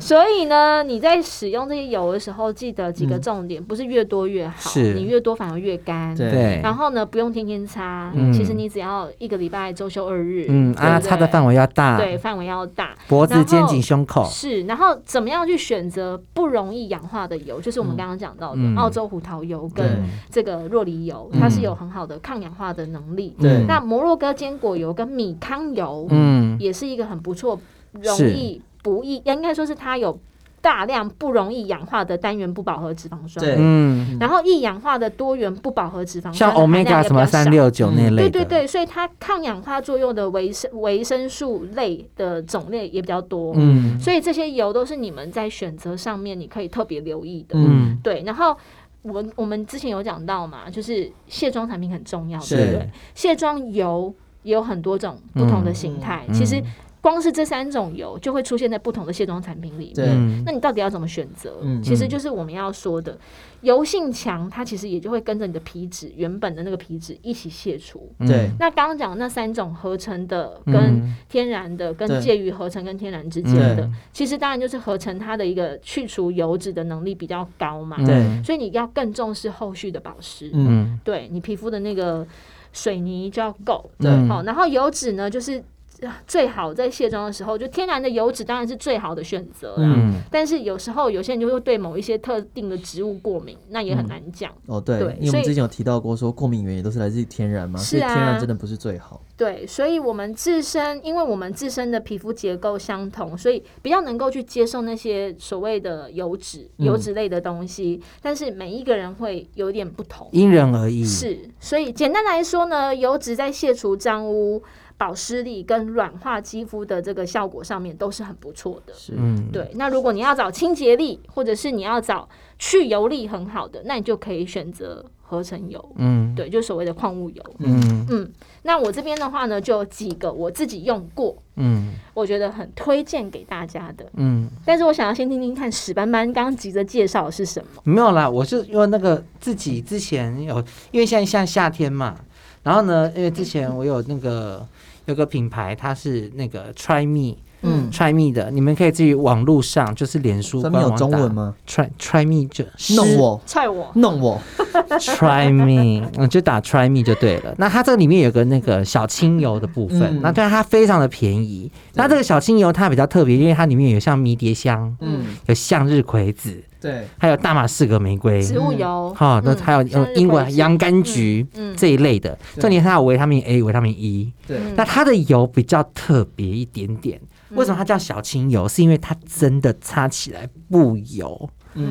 Speaker 3: 所以呢，你在使用这些油的时候，记得几个重点，不是越多越好，
Speaker 4: 嗯是
Speaker 3: 你越多反而越干。
Speaker 2: <laughs> 对
Speaker 4: 对，
Speaker 3: 然后呢，不用天天擦，
Speaker 4: 嗯
Speaker 3: 其实你只要一个礼拜周休二日，
Speaker 4: 嗯啊，
Speaker 3: 对不
Speaker 4: 擦的
Speaker 3: 对
Speaker 4: 范围要大，哦
Speaker 3: 对范围要大，
Speaker 4: 脖子、
Speaker 3: 然后
Speaker 4: 肩颈、胸口，
Speaker 3: 是，然后怎么样去选择不容易氧化的油？就是我们刚刚讲到的、
Speaker 4: 嗯
Speaker 3: 澳洲胡桃油
Speaker 2: 对
Speaker 3: 跟这个若梨油，它是有很好的抗氧化的能力。
Speaker 2: 对
Speaker 3: 那摩洛哥坚果油跟米糠油，
Speaker 4: 嗯，
Speaker 3: 也是一个很不错，容
Speaker 4: 是
Speaker 3: 易不易，应该说是它有大量不容易氧化的单元不饱和脂肪酸，
Speaker 2: 对
Speaker 4: 嗯，
Speaker 3: 然后易氧化的多元不饱和脂肪酸，
Speaker 4: 像 omega 什么三。六九那
Speaker 3: 嗯
Speaker 4: 类
Speaker 3: 对
Speaker 4: 的，
Speaker 3: 对对，所以它抗氧化作用的维生维生素类的种类也比较多。
Speaker 4: 嗯
Speaker 3: 所以这些油都是你们在选择上面你可以特别留意的。
Speaker 4: 嗯，
Speaker 3: 对，然后我我们之前有讲到嘛，就是卸妆产品很重要，
Speaker 2: 是
Speaker 3: 对不对？卸妆油也有很多种不同的形态，
Speaker 2: 嗯
Speaker 3: 其实光是这三种油就会出现在不同的卸妆产品里
Speaker 2: 对
Speaker 3: 面。
Speaker 4: 嗯
Speaker 3: 那你到底要怎么选择？
Speaker 2: 嗯
Speaker 3: 其实就是我们要说的，油性强，它其实也就会跟着你的皮脂原本的那个皮脂一起卸除。
Speaker 2: 对
Speaker 3: 那刚刚讲的那三种合成的
Speaker 4: 嗯
Speaker 3: 跟天然的，跟
Speaker 2: 对
Speaker 3: 介于合成跟天然之间的，其实当然就是合成它的一个去除油脂的能力比较高嘛，
Speaker 4: 嗯
Speaker 2: 对
Speaker 3: 所以你要更重视后续的保湿，
Speaker 2: 嗯，
Speaker 4: 嗯
Speaker 3: 对你皮肤的那个水泥就要够，
Speaker 2: 对
Speaker 4: 嗯
Speaker 3: 好，然后油脂呢就是。呃最好在卸妆的时候，就天然的油脂当然是最好的选择啦。
Speaker 4: 嗯
Speaker 3: 但是有时候有些人就会对某一些特定的植物过敏，那也很难讲。
Speaker 2: 哦，对，
Speaker 3: 对
Speaker 2: 因为我
Speaker 3: 所
Speaker 2: 们
Speaker 3: 以
Speaker 2: 之前有提到过，说过敏源也都是来自于天然嘛，
Speaker 3: 是
Speaker 2: 所以天
Speaker 3: 啊
Speaker 2: 然真的不是最好。
Speaker 3: 对，所以我们自身，因为我们自身的皮肤结构相同，所以比较能够去接受那些所谓的油脂、
Speaker 2: 嗯
Speaker 3: 油脂类的东西。但是每一个人会有点不同。
Speaker 4: 因人而异。
Speaker 3: 是，所以简单来说呢，油脂在卸除脏污、保湿力跟软化肌肤的这个效果上面都是很不错的。
Speaker 2: 是，
Speaker 4: 嗯，
Speaker 3: 对，那如果你要找清洁力，或者是你要找去油力很好的，那你就可以选择合成油，
Speaker 4: 嗯
Speaker 3: 对，就所谓的矿物油。
Speaker 4: 嗯
Speaker 3: 嗯，那我这边的话呢，就有几个我自己用过，
Speaker 4: 嗯
Speaker 3: 我觉得很推荐给大家的。
Speaker 4: 嗯，
Speaker 3: 但是我想要先听听看史斑斑刚刚急着介绍的是什么。
Speaker 4: 没有啦，我是因为那个自己之前有，因为现在像夏天嘛，然后呢，因为之前我有那个有个品牌，它是那个 Try Me。
Speaker 3: 嗯
Speaker 4: Try Me 的，你们可以自己网络上，就是脸书
Speaker 2: 上面
Speaker 4: 官
Speaker 2: 有
Speaker 4: 网
Speaker 2: 中文
Speaker 4: 打
Speaker 2: 吗？
Speaker 4: ？Try Try Me 就
Speaker 2: 弄我，
Speaker 3: 踹我，
Speaker 2: 弄我，
Speaker 4: Try me，嗯，就打 Try me 就对了。那它这个里面有个那个小清油的部分，
Speaker 2: 嗯
Speaker 4: 那对它非常的便宜。那这个小清油它比较特别，因为它里面有像迷迭香、
Speaker 2: 嗯，
Speaker 4: 有向日葵籽，
Speaker 2: 对，
Speaker 4: 还有大马士革玫瑰，
Speaker 3: 植物油，
Speaker 4: 哈、嗯那
Speaker 3: 嗯
Speaker 4: 还有
Speaker 3: 向日
Speaker 4: 英国
Speaker 3: 葵籽
Speaker 4: 洋甘菊。
Speaker 3: 嗯，
Speaker 4: 这一类的，
Speaker 2: 对
Speaker 4: 重点它有维他命 A、维他命 E，
Speaker 2: 对
Speaker 3: 嗯
Speaker 4: 那它的油比较特别一点点。为什么它叫小清油？是因为它真的擦起来不油，
Speaker 2: 嗯，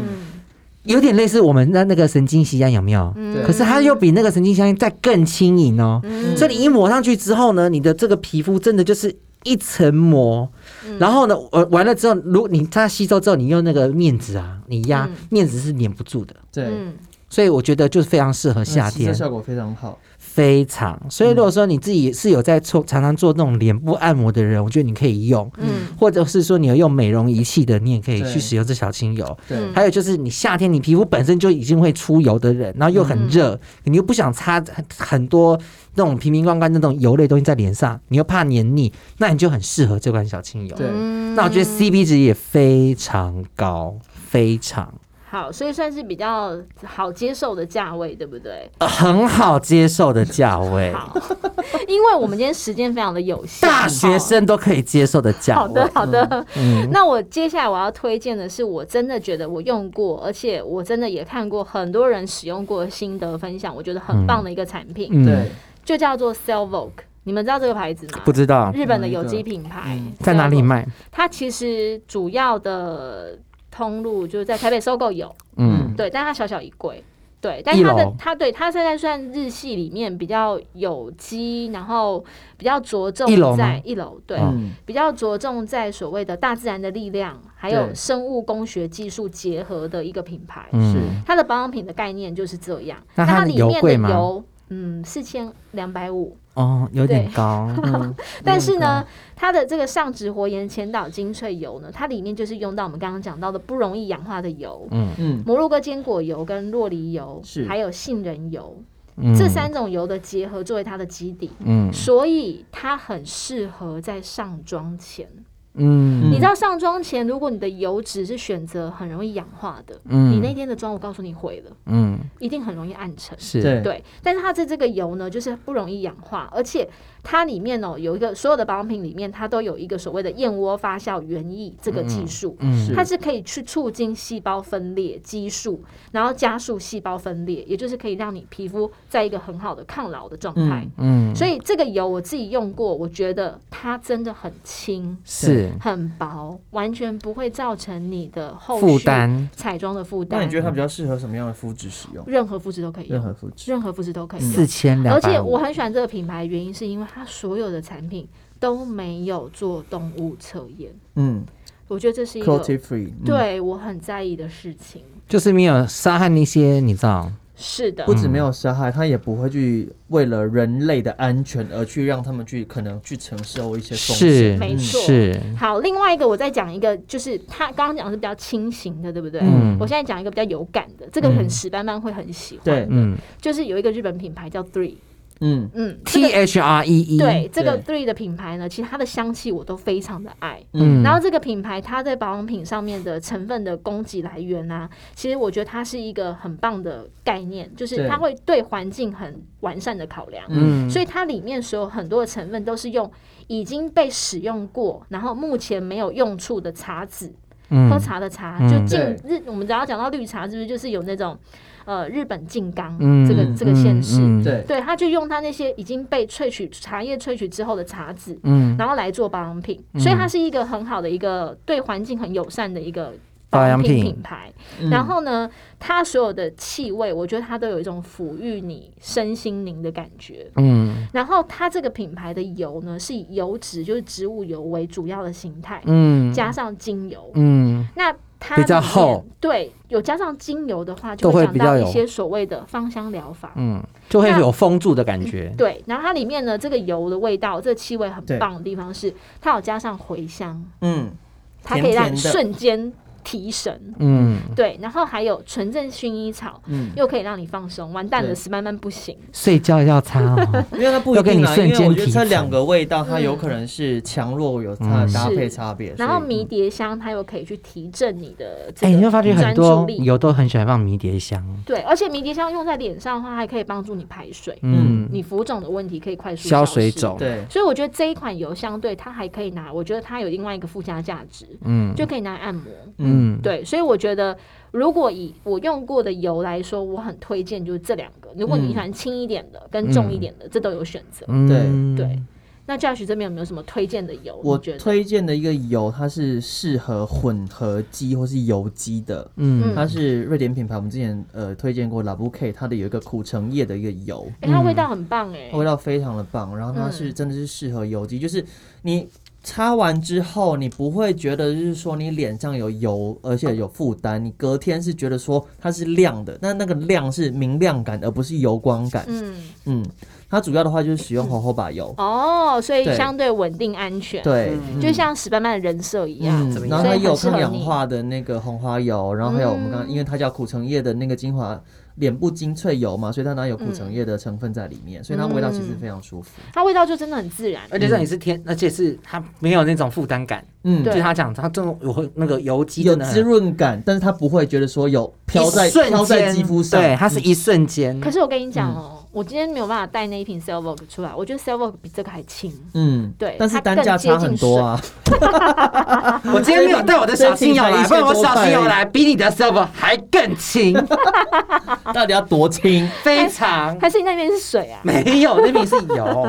Speaker 4: 有点类似我们那那个神经酰胺有没有？
Speaker 2: 对
Speaker 4: 可是它又比那个神经酰胺再更轻盈哦。
Speaker 3: 嗯
Speaker 4: 所以你一抹上去之后呢，你的这个皮肤真的就是一层膜。
Speaker 3: 嗯
Speaker 4: 然后呢，呃，完了之后，如果你它吸收之后，你用那个面纸啊，你压、
Speaker 3: 嗯
Speaker 4: 面纸是粘不住的。
Speaker 2: 对，
Speaker 3: 嗯
Speaker 4: 所以我觉得就是非常适合夏
Speaker 2: 吸收
Speaker 4: 天，
Speaker 2: 效果非常好。
Speaker 4: 非常。所以如果说你自己是有在做常常做那种脸部按摩的人，我觉得你可以用，
Speaker 3: 嗯
Speaker 4: 或者是说你有用美容仪器的，你也可以去
Speaker 2: 对
Speaker 4: 使用这小精油。
Speaker 2: 对
Speaker 3: 嗯，
Speaker 4: 还有就是你夏天你皮肤本身就已经会出油的人，然后又很热，
Speaker 2: 嗯
Speaker 4: 你又不想擦很很多那种平平光光那种油类东西在脸上，你又怕黏腻，那你就很适合这款小清油。
Speaker 2: 对
Speaker 3: 嗯
Speaker 4: 那我觉得 CP 值也非常高，非常、
Speaker 3: 好，所以算是比较好接受的价位，对不对？
Speaker 4: 呃很好接受的
Speaker 2: <laughs>
Speaker 4: 价位， <laughs>
Speaker 3: 好，因为我们今天时间非常的有限，
Speaker 4: 大学生都可以接受的价
Speaker 3: 好。好
Speaker 4: 位
Speaker 3: 的，。好的。
Speaker 4: 嗯
Speaker 3: 那我接下来我要推荐的是，我真的觉得我用过，而且我真的也看过很多人使用过的心得分享，我觉得很棒的一个产品，
Speaker 4: 嗯
Speaker 2: 对，
Speaker 3: 就叫做 Selvoke。你们知道这个牌子吗？
Speaker 4: 不知道
Speaker 3: 日本的有机品牌，
Speaker 4: 在哪里
Speaker 3: Selvoke？
Speaker 4: 卖。
Speaker 3: 它其实主要的通路就是在台北收购有，
Speaker 4: 嗯，
Speaker 3: 对，但它小小一柜。对，但
Speaker 4: 一
Speaker 3: 它的
Speaker 4: 楼
Speaker 3: 它对它现在算日系里面比较有机，然后比较着重
Speaker 4: 一楼
Speaker 3: 在
Speaker 4: 吗
Speaker 3: 一楼，对，
Speaker 4: 哦
Speaker 2: 嗯，
Speaker 3: 比较着重在所谓的大自然的力量，还有
Speaker 2: 对
Speaker 3: 生物工学技术结合的一个品牌。
Speaker 4: 嗯
Speaker 2: 是
Speaker 3: 它的保养品的概念就是这样。
Speaker 4: 那它
Speaker 3: 它
Speaker 4: 的
Speaker 3: 里
Speaker 4: 油
Speaker 3: 面的
Speaker 4: 贵吗
Speaker 3: 油，嗯，四千两百五，
Speaker 4: 哦，有点
Speaker 3: 对
Speaker 4: 高。嗯
Speaker 3: 但是呢，它的这个上植活颜前导精粹油呢，它里面就是用到我们刚刚讲到的不容易氧化的油，
Speaker 2: 嗯，
Speaker 3: 摩洛哥坚果油跟洛梨油，
Speaker 2: 是
Speaker 3: 还有杏仁油，
Speaker 4: 嗯
Speaker 3: 这三种油的结合作为它的基底，
Speaker 4: 嗯
Speaker 3: 所以它很适合在上妆前。
Speaker 4: 嗯
Speaker 3: 你知道上妆前，如果你的油脂是选择很容易氧化的，
Speaker 4: 嗯
Speaker 3: 你那天的妆我告诉你毁了，
Speaker 4: 嗯
Speaker 3: 一定很容易暗沉。
Speaker 4: 是
Speaker 2: 对
Speaker 3: 对，但是它的这个油呢，就是不容易氧化，而且它里面哦有一个所有的保养品里面，它都有一个所谓的燕窝发酵原液这个技术，
Speaker 4: 嗯
Speaker 2: 是
Speaker 3: 它是可以去促进细胞分裂激素，然后加速细胞分裂，也就是可以让你皮肤在一个很好的抗老的状态。
Speaker 4: 嗯，
Speaker 3: 所以这个油我自己用过，我觉得它真的很轻。
Speaker 4: 是
Speaker 3: 很薄，完全不会造成你的后续
Speaker 4: 负担，
Speaker 3: 彩妆的负
Speaker 2: 那
Speaker 3: 担
Speaker 2: 你觉。得它比较适合什么样的肤质使用？
Speaker 3: 任何肤质都可以
Speaker 2: 任何嗯
Speaker 3: 用，
Speaker 2: 肤质。
Speaker 3: 任何肤质都可以
Speaker 4: 四
Speaker 3: 用。
Speaker 4: 千两
Speaker 3: 而
Speaker 4: 百
Speaker 3: 且我很喜欢这个品牌，原因是因为它所有的产品都没有做动物测验，
Speaker 2: 嗯
Speaker 3: 我觉得这是一
Speaker 2: ，cruelty
Speaker 3: 个
Speaker 2: free。嗯，
Speaker 3: 对我很在意的事情。
Speaker 4: 就是没有杀害那些，你知道，
Speaker 3: 是的
Speaker 4: 嗯
Speaker 2: 不，止没有杀害，它也不会去为了人类的安全而去让他们去可能去承受一些风
Speaker 4: 是
Speaker 2: 险。
Speaker 3: 没错
Speaker 4: 是，
Speaker 3: 好，另外一个我再讲一个，就是它刚刚讲的是比较轻型的，对不对？
Speaker 4: 嗯
Speaker 3: 我现在讲一个比较有感的，这个很
Speaker 4: 嗯
Speaker 3: 石斑斑会很喜欢，
Speaker 2: 对，
Speaker 4: 嗯
Speaker 3: 就是有一个日本品牌叫 Three，
Speaker 2: 嗯，
Speaker 3: 嗯，这
Speaker 4: T
Speaker 3: 个
Speaker 4: H R E E，
Speaker 3: 对这个
Speaker 2: 对
Speaker 3: Three 的品牌呢，其实它的香气我都非常的爱。
Speaker 4: 嗯，
Speaker 3: 然后这个品牌它在保养品上面的成分的供给来源啊，其实我觉得它是一个很棒的概念，就是
Speaker 2: 对
Speaker 3: 它会对环境很完善的考量。
Speaker 4: 嗯，
Speaker 3: 所
Speaker 4: 以
Speaker 3: 以它里面所有很多的成分都是用已经被使用过，然后目前没有用处的茶籽，喝茶的茶，
Speaker 4: 嗯
Speaker 3: 就进
Speaker 2: 对
Speaker 3: 日，我们只要讲到绿茶，是不是就是有那种呃日本静冈、
Speaker 4: 嗯
Speaker 3: 这个这个县市？
Speaker 4: 嗯，
Speaker 2: 对，
Speaker 3: 对，他就用他那些已经被萃取茶叶萃取之后的茶籽，
Speaker 4: 嗯，
Speaker 3: 然后来做保养品，所以它是一个很好的一个对环境很友善的一个
Speaker 4: 保
Speaker 3: 保
Speaker 4: 养
Speaker 3: 养
Speaker 4: 品嗯
Speaker 3: 品品牌。然后呢，它所有的气味，我觉得它都有一种抚育你身心灵的感觉。
Speaker 4: 嗯
Speaker 3: 然后它这个品牌的油呢，是以油脂就是植物油为主要的形态，
Speaker 4: 嗯
Speaker 3: 加上精油。
Speaker 4: 嗯
Speaker 3: 那它
Speaker 4: 比较
Speaker 3: 里面
Speaker 4: 厚，
Speaker 3: 对，有加上精油的话，
Speaker 4: 都
Speaker 3: 就
Speaker 4: 会
Speaker 3: 会讲
Speaker 4: 比较
Speaker 3: 到
Speaker 4: 有
Speaker 3: 一些所谓的芳香疗法。
Speaker 4: 嗯，就会有封住的感觉，
Speaker 3: 对，然后它里面呢，这个油的味道，这个气味很
Speaker 2: 对
Speaker 3: 棒的地方是，它有加上茴香，
Speaker 2: 嗯，
Speaker 3: 它可以让你
Speaker 2: 甜甜的
Speaker 3: 瞬间提神。
Speaker 4: 嗯，
Speaker 3: 对，然后还有纯正薰衣草，
Speaker 2: 嗯
Speaker 3: 又可以让你放松。完蛋了，
Speaker 2: 对
Speaker 3: 石斑斑不行。
Speaker 4: 睡觉要擦 <laughs> 哦，
Speaker 2: 因为它不一
Speaker 4: 要跟
Speaker 2: 定
Speaker 4: 你
Speaker 2: 啊，
Speaker 4: 瞬
Speaker 2: 因为我
Speaker 4: 间
Speaker 2: 觉得
Speaker 4: 提
Speaker 2: 这
Speaker 4: 神
Speaker 2: 两个味道它有可能是强弱有它的搭配差别，
Speaker 3: 嗯然后
Speaker 2: 所以
Speaker 3: 迷迭香，它又可以去提振你的这
Speaker 4: 哎，你
Speaker 3: 个
Speaker 4: 会发觉很
Speaker 3: 专注
Speaker 4: 多
Speaker 3: 力。
Speaker 4: 油都很喜欢放迷迭香，
Speaker 3: 对，而且迷迭香用在脸上的话，还可以帮助你排水，
Speaker 4: 嗯，
Speaker 3: 你浮肿的问题可以快速
Speaker 4: 消
Speaker 3: 失
Speaker 4: 水肿
Speaker 2: 对，
Speaker 3: 所以我觉得这一款油相对它还可以拿，我觉得它有另外一个附加价值，
Speaker 4: 嗯
Speaker 3: 就可以拿来按摩。
Speaker 4: 嗯，
Speaker 3: 对，所以我觉得，如果以我用过的油来说，我很推荐就是这两个。
Speaker 2: 嗯
Speaker 3: 如果你喜欢轻一点的跟重一点的，这都有选择。
Speaker 2: 对
Speaker 4: 嗯
Speaker 3: 对，那 Josh 这边有没有什么推荐的油？
Speaker 2: 我
Speaker 3: 你觉得
Speaker 2: 推荐的一个油，它是适合混合机或是油机的。
Speaker 4: 嗯
Speaker 2: 它是瑞典品牌，我们之前呃推荐过 Labuke，它的有一个苦橙叶的一个油，
Speaker 3: 哎、它味道很棒哎、
Speaker 2: 它味道非常的棒，然后它
Speaker 3: 嗯
Speaker 2: 是真的是适合油肌，就是你擦完之后，你不会觉得就是说你脸上有油，而且有负担，你隔天是觉得说它是亮的，但那个亮是明亮感，而不是油光感。
Speaker 3: 嗯，
Speaker 2: 嗯，它主要的话就是使用猴猴把油，
Speaker 3: 哦，所以
Speaker 2: 对
Speaker 3: 相对稳定安全，，
Speaker 2: 对，
Speaker 3: 就像史斑斑的人设一样。
Speaker 2: 嗯
Speaker 4: 嗯怎么，
Speaker 2: 然后
Speaker 3: 样
Speaker 2: 它有
Speaker 3: 所以很
Speaker 2: 抗
Speaker 3: 适合
Speaker 2: 氧
Speaker 3: 你嗯
Speaker 2: 化的那个红花油，然后还有我们刚刚，因为它叫苦橙叶的那个精华。脸部精粹油嘛，所以它哪有苦
Speaker 3: 嗯
Speaker 2: 橙叶的成分在里面，所以它味道其实非常舒服。
Speaker 3: 它味道就真的很自然，
Speaker 4: 而且这里是天，而且是它没有那种负担感，
Speaker 2: 嗯，
Speaker 4: 就
Speaker 3: 对
Speaker 4: 是他讲他这种有那个油肌
Speaker 2: 有
Speaker 4: 真的很
Speaker 2: 滋润感，但是它不会觉得说有飘在
Speaker 4: 一瞬间
Speaker 2: 飘在肌肤上。
Speaker 4: 对，它是一瞬间，
Speaker 3: 可是我跟你讲哦、
Speaker 2: 嗯
Speaker 3: 我今天没有办法带那一瓶 Selvog 出来，我觉得 Selvog 比这个还轻。
Speaker 2: 嗯，
Speaker 3: 对
Speaker 2: 但是
Speaker 3: 它
Speaker 2: 单
Speaker 3: 更
Speaker 2: 价
Speaker 3: 接
Speaker 2: 差
Speaker 3: 近
Speaker 2: 很多啊。 <laughs>
Speaker 4: 我今天没有带我的小心油来，不然我小心油来比你的 server 还
Speaker 2: <laughs>
Speaker 4: 更轻，
Speaker 2: 到底要多轻？
Speaker 4: 非常
Speaker 3: 还是你那边是水啊？
Speaker 4: 没有，那瓶是油，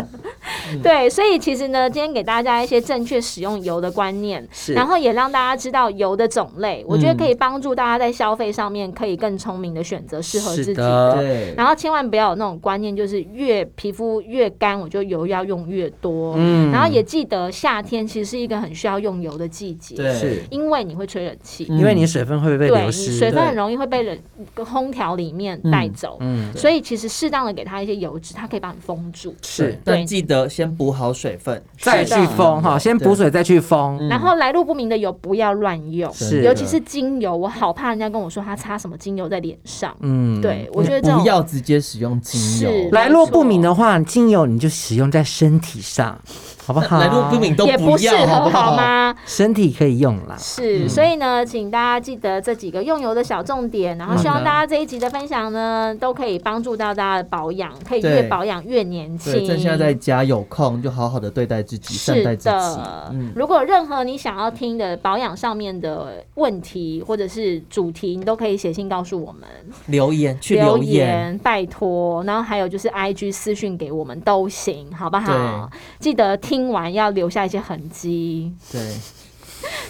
Speaker 4: 嗯
Speaker 3: 对，所以其实呢，今天给大家一些正确使用油的观念，
Speaker 4: 是嗯
Speaker 3: 然后也让大家知道油的种类，我觉得可以帮助大家在消费上面可以更聪明的选择适合自己
Speaker 4: 是的
Speaker 2: 对，
Speaker 3: 然后千万不要有那种观念，就是越皮肤越干，我就油要用越多。
Speaker 4: 嗯
Speaker 3: 然后也记得夏天其实是一个很需要用油的季节，
Speaker 2: 对
Speaker 4: 是
Speaker 3: 因为你会吹冷气，
Speaker 2: 嗯
Speaker 4: 因为你水分会被
Speaker 3: 对
Speaker 4: 流
Speaker 3: 你水
Speaker 4: 失，
Speaker 3: 分
Speaker 2: 对
Speaker 3: 很容易会被冷空调里面带走，
Speaker 4: 嗯，
Speaker 3: 所以其实适当的给它一些油脂，它可以帮你封住。
Speaker 4: 是
Speaker 2: 但记得先补好水分，
Speaker 4: 再去封
Speaker 2: 嗯
Speaker 4: 哈，先补水再去封，
Speaker 3: 然后来路不明的油不要乱用，
Speaker 4: 是
Speaker 3: 尤其是精油，我好怕人家跟我说他擦什么精油在脸上。
Speaker 4: 嗯，。
Speaker 3: 对，我觉得这
Speaker 2: 不
Speaker 3: 种
Speaker 2: 要直接使用精油
Speaker 3: 是，
Speaker 4: 来路不明的话，精油你就使用在身体上，好不好？
Speaker 2: 来路不，明都
Speaker 3: 也
Speaker 2: 不
Speaker 3: 适合
Speaker 2: 要，好不嗯
Speaker 3: 好？吗？
Speaker 4: 身体可以用啦。
Speaker 3: 是，所以呢，请大家记得这几个用油的小重点，然后希
Speaker 2: 好
Speaker 3: 望
Speaker 2: 的
Speaker 3: 大家这一集的分享呢，都可以帮助到大家的保养，可以
Speaker 2: 对
Speaker 3: 越保养越年
Speaker 2: 对，
Speaker 3: 轻。
Speaker 2: 趁现在在家有空，就好好的对待自己，善待
Speaker 3: 是
Speaker 2: 自己。
Speaker 3: 的，
Speaker 2: 嗯，
Speaker 3: 如果有任何你想要听的保养上面的问题或者是主题，你都可以写信告诉我们。
Speaker 2: 留言去
Speaker 3: 留
Speaker 2: 言，
Speaker 3: 拜托。然后还有就是 I G 私讯给我们都行，好不好？记得听完要留下一些痕迹，
Speaker 2: 对，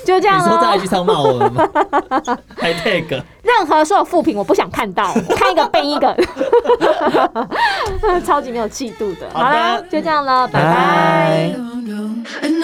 Speaker 3: 就这
Speaker 2: 你
Speaker 3: 样哦
Speaker 2: 说在
Speaker 3: 喽。
Speaker 2: IG 上骂我们吗？还 tag，
Speaker 3: 任何所有负评我不想看到， <laughs> 我看一个背一个， <laughs> 超级没有气度的。好啦，就这样了，拜拜。
Speaker 1: no, no. And